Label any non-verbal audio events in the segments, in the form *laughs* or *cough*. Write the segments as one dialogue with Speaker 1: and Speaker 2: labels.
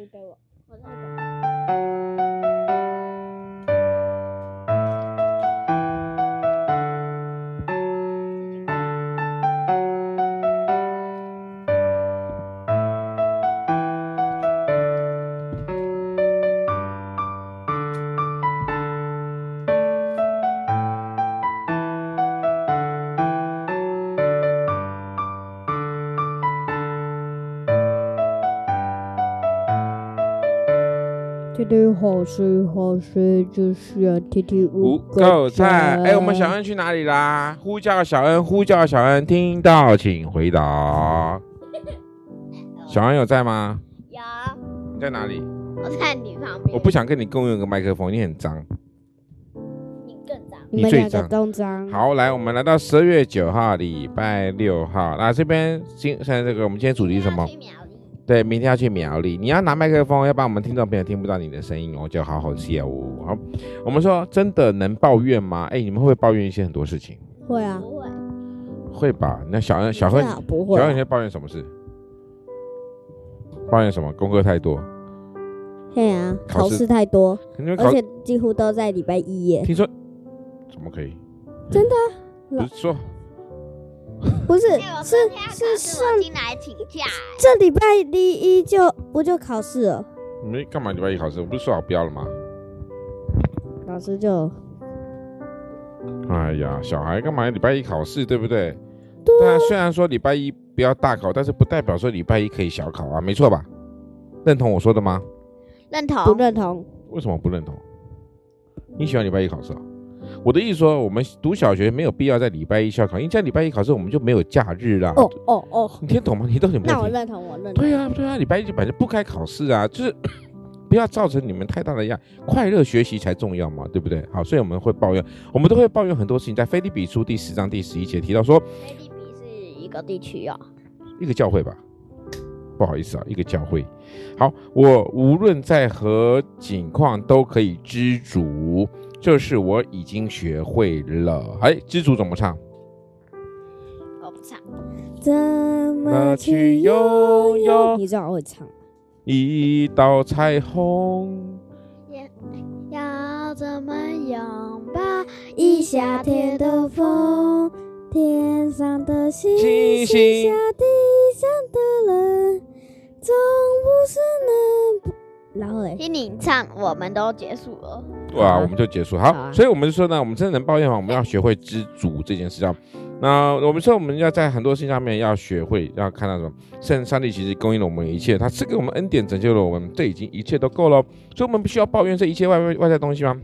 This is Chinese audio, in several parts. Speaker 1: 你背我，
Speaker 2: 我在
Speaker 1: 天天好睡好睡，就是要天天
Speaker 3: 五够菜。哎、我们小恩去哪里啦？呼叫小恩，呼叫小恩，听到请回答。小恩有在吗？
Speaker 2: 有，
Speaker 3: 你在哪里？
Speaker 2: 我在你旁边。
Speaker 3: 我不，想跟你共用一个麦克风，你很脏。
Speaker 2: 你更脏。
Speaker 1: 你
Speaker 3: 你
Speaker 1: 们
Speaker 3: 最
Speaker 1: 两个
Speaker 3: 脏
Speaker 1: 都脏。，
Speaker 3: 好，来，我们来到十二月九号，礼拜六号。那这边今现在这个，我们今天主题是什
Speaker 2: 我
Speaker 3: 么
Speaker 2: 要？去苗栗
Speaker 3: 对，明天要去苗栗，你要拿麦克风，要不然我们听众朋友听不到你的声音哦，就好好笑哦。好，我们说真的能抱怨吗？哎，你们会不会抱怨一些很多事情？
Speaker 1: 会啊，
Speaker 2: 不会，
Speaker 3: 会吧？那小恩，小
Speaker 1: 最
Speaker 3: 恩，
Speaker 1: 好不
Speaker 3: 小
Speaker 1: 会啊
Speaker 3: 恩，你会抱怨什么事？抱怨什么？功课太多，
Speaker 1: 嘿啊，
Speaker 3: 考
Speaker 1: 考
Speaker 3: 试
Speaker 1: 试太多，
Speaker 3: 因为考
Speaker 1: 而且几乎都在礼拜一耶。
Speaker 3: 听说怎么可以？
Speaker 1: 真的啊
Speaker 3: 不是说
Speaker 1: 不是，是
Speaker 2: 是
Speaker 1: 是上
Speaker 2: 我进来请假。
Speaker 1: 这礼拜一就不就考试了，
Speaker 3: 你们干嘛礼拜一考试？我不是说好不要了吗？
Speaker 1: 老师就
Speaker 3: 哎呀，小孩干嘛礼拜一考试，对不对？对、啊。虽然说礼拜一不要大考，但是不代表说礼拜一可以小考啊，没错吧？认同我说的吗？
Speaker 2: 认
Speaker 1: 不
Speaker 2: 同。
Speaker 1: 认同。
Speaker 3: 为什么不认同？你喜欢礼拜一考试啊？我的意思说，我们读小学没有必要在礼拜一校考，因为在礼拜一考试我们就没有假日啦。
Speaker 1: 哦哦哦，
Speaker 3: 你听懂吗？你到底有没
Speaker 1: 那我
Speaker 3: 有听？
Speaker 1: 认同，我认同。
Speaker 3: 对啊，对啊，礼拜一就本来就不该考试啊，就是 *coughs* 不要造成你们太大的压，快乐学习才重要嘛，对不对？好，所以我们会抱怨，我们都会抱怨很多事情。在《菲利比书》第十章第十一节提到说，
Speaker 2: 菲律宾是一个地区哦。
Speaker 3: 一个教会吧，不好意思啊，一个教会。好，我无论在何境况都可以知足，这是我已经学会了。哎，知足怎么唱？
Speaker 2: 我不唱，
Speaker 1: 怎么去拥有？你最好会唱。
Speaker 3: 一道彩虹，
Speaker 2: 要怎么拥抱？
Speaker 1: 一夏天的风，天上的星
Speaker 3: 星
Speaker 1: 星下
Speaker 3: 星
Speaker 1: 地上的人，总不是能不。然后嘞，
Speaker 2: 听你唱，我们都结束了。
Speaker 3: 对啊，
Speaker 1: 好啊
Speaker 3: 我们就结束。
Speaker 1: 好啊
Speaker 3: 好，所以我们就说呢，我们真的能抱怨吗？我们要学会知足这件事上。那我们说，我们要在很多事情上面要学会，要看到什么？圣上帝其实供应了我们一切，他赐给我们恩典，拯救了我们，这已经一切都够了哦。所以，我们不需要抱怨这一切外外外在东西吗？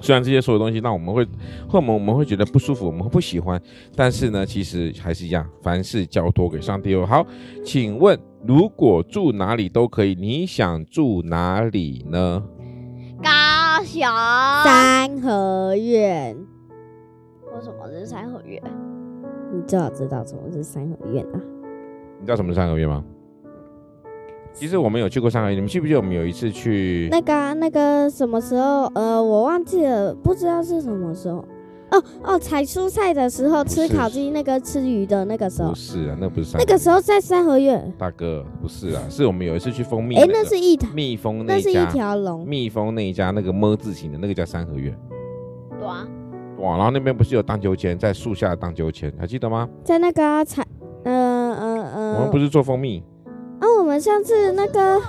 Speaker 3: 虽然这些所有东西让我们会，后面我们会觉得不舒服，我们会不喜欢，但是呢，其实还是一样，凡事交托给上帝哦。好，请问，如果住哪里都可以，你想住哪里呢？
Speaker 2: 高雄。
Speaker 1: 三合院，
Speaker 2: 为什么是三合院？
Speaker 1: 你最好知道什么是三合院啊？
Speaker 3: 你知道什么是三合院吗？其实我们有去过三合院，你们记不记得我们有一次去？
Speaker 1: 那个啊、那个什么时候？呃，我忘记了，不知道是什么时候。哦哦，采蔬菜的时候，吃
Speaker 3: 不是
Speaker 1: 烤鸡那个吃鱼的那个时候
Speaker 3: 不，是啊，那不是三
Speaker 1: 那
Speaker 3: 合院。
Speaker 1: 个时候在三合院。
Speaker 3: 大哥不是
Speaker 1: *laughs*
Speaker 3: 啊，是我们有一次去蜂蜜、
Speaker 1: 哎、
Speaker 3: 个
Speaker 1: 那是一条，
Speaker 3: 蜜蜂那
Speaker 1: 那
Speaker 3: 一
Speaker 1: 是一
Speaker 3: 家，
Speaker 1: 条龙。
Speaker 3: 蜜蜂那一家那个么字形的那个叫三合院。
Speaker 2: 对啊，
Speaker 3: 哇，然后那边不是有荡秋千，在树下荡秋千，还记得吗？
Speaker 1: 在那个啊采、呃呃
Speaker 3: 我们
Speaker 1: 呃
Speaker 3: 不，是做蜂蜜，
Speaker 1: 啊，我们上次那个，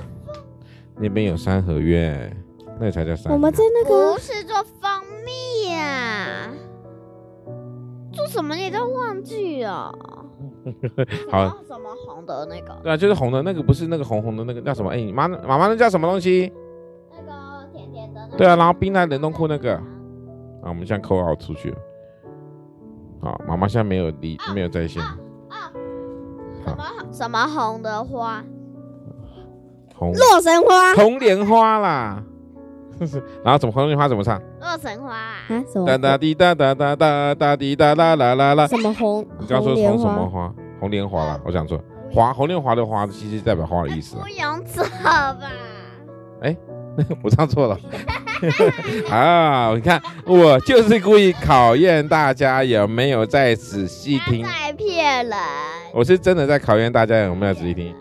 Speaker 3: 那边有三合院，那才叫三合院。
Speaker 1: 我们在那个
Speaker 2: 不是做蜂蜜呀、做什么你都忘记哦了？
Speaker 3: 好
Speaker 2: 什么什么红的那个？
Speaker 3: 对啊，就是红的那个，不是那个红红的那个叫什么？哎，你妈那妈妈那叫什么东西？
Speaker 2: 那个甜甜的、那个。
Speaker 3: 对啊然后冰在冷冻库那个啊，我们现在扣号出去了。好，妈妈现在没有离，没有在线。
Speaker 2: 啊，什
Speaker 3: 啊
Speaker 2: 么什么红的花？
Speaker 3: 红
Speaker 1: 洛神花
Speaker 3: 红莲花啦。 *laughs* 然后怎么红莲花怎么 *laughs* 唱？
Speaker 2: 洛神花、啊。
Speaker 1: 啊，什么
Speaker 3: 哒哒滴哒哒哒哒哒滴哒啦啦啦啦。
Speaker 1: 什么红
Speaker 3: 你刚刚
Speaker 1: 红
Speaker 3: 说
Speaker 1: 莲
Speaker 3: 红什么
Speaker 1: 花，
Speaker 3: 花？红莲花啦，我想说花，红莲花的花其实代表花的意 *laughs* 思啊
Speaker 2: 不。用走
Speaker 3: *laughs*
Speaker 2: 吧？
Speaker 3: 我唱错了。啊，你看，我就是故意考验大家有没有在仔细
Speaker 2: 他 *laughs*
Speaker 3: *laughs* 听，哦
Speaker 2: 在骗人。 *laughs*
Speaker 3: 我是真的在考验大家有没有仔细听。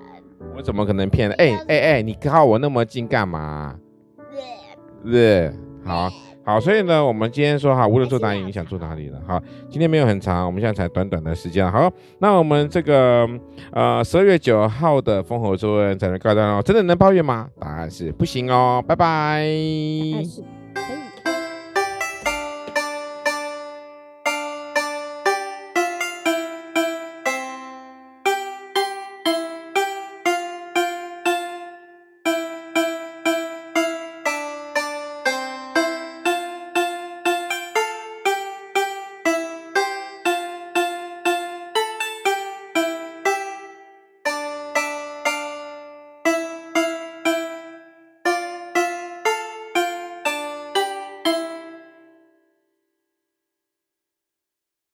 Speaker 3: 我怎么可能骗？哎哎哎，你靠我那么近干嘛、对不对？好啊好，所以呢，我们今天说哈，无论做哪里，你想做哪里了。好，今天没有很长，我们现在才短短的时间。好，那我们这个呃十二月九号的烽火周人才能告一段落，真的能抱怨吗？答案是不行哦，拜拜。
Speaker 1: 还是不哎